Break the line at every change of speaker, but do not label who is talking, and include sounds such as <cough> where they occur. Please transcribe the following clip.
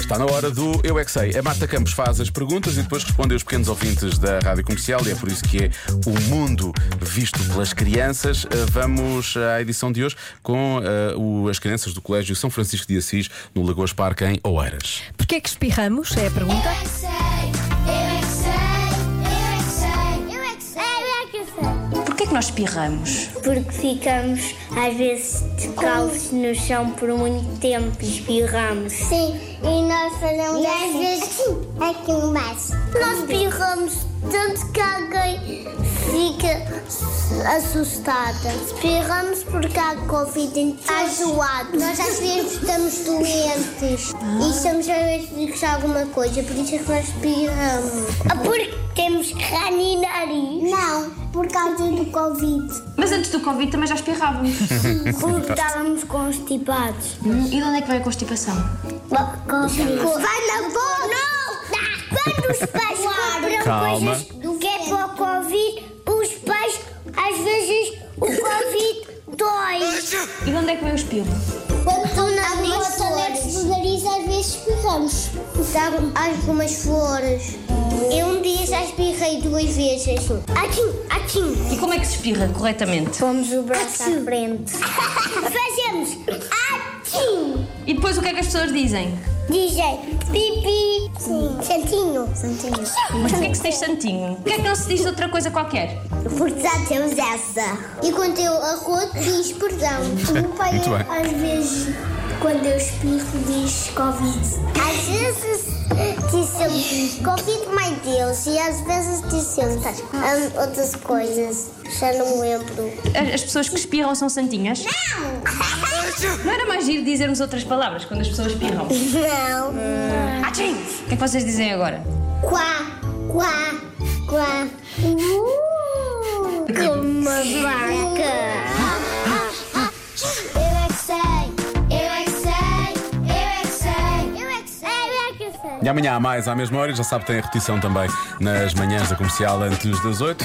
Está na hora do Eu É Que Sei. A Marta Campos faz as perguntas e depois responde aos pequenos ouvintes da Rádio Comercial e é por isso que é o mundo visto pelas crianças. Ah, Vamos à edição de hoje com ah, o- as crianças do Colégio São Francisco de Assis, no Lagoas Parque, em Oeiras.
Porquê que espirramos? É a pergunta.
Eu é que sei, eu é que sei, eu é que sei, eu é que sei.
Porquê é que nós espirramos?
Porque ficamos às vezes descalços no chão por muito tempo e espirramos. Sim, e nós fazemos e é assim. às vezes aqui embaixo. Nós espirramos tanto que alguém fica assustada. Espirramos porque há Covid em ajoado. Nós às vezes estamos doentes e estamos alérgicos a alguma coisa, por isso é que nós espirramos. Ah, Porque temos rani nariz? Não, por causa do Covid.
Mas antes do Covid também já espirrávamos.
Porque estávamos constipados.
Hum, e de onde é que vem a constipação?
Vai na boca! Não! Quando os pais compram
Calma.
coisas do que é para o Covid, os pais, às vezes, o Covid dói.
E de onde é que vem o espirro?
Quando estão na nariz, do nariz, às vezes espirramos. Usamos algumas flores. Eu um dia já espirrei duas vezes. Assim. Aqui, aqui.
E como é que se espirra corretamente?
Pomos o braço à frente. <laughs> Fazemos aqui.
E depois o que é que as pessoas dizem?
Dizem pipi. Sim. Santinho. Santinho.
Mas porquê é que se diz santinho? Porquê é que não se diz outra coisa qualquer?
Porque já temos essa. E quando eu arroto, diz
<laughs>
perdão. O meu pai,
Muito bem.
às vezes, quando eu espirro, diz Covid. Às vezes dizemos Covid, mãe Deus. E às vezes dizemos hum, outras coisas. Já não
<laughs>
me lembro.
As as pessoas que espirram são santinhas? Não era mais giro dizermos outras palavras quando as pessoas espirram?
Não.
Atchim! O que é que vocês dizem agora?
Quá, quá, quá. Uh, como uma vaca. Eu é que sei, eu é que sei, eu é que sei, eu é que sei, eu é que sei.
E amanhã há mais à mesma hora, e já sabe, tem a repetição também nas manhãs da comercial antes das 8.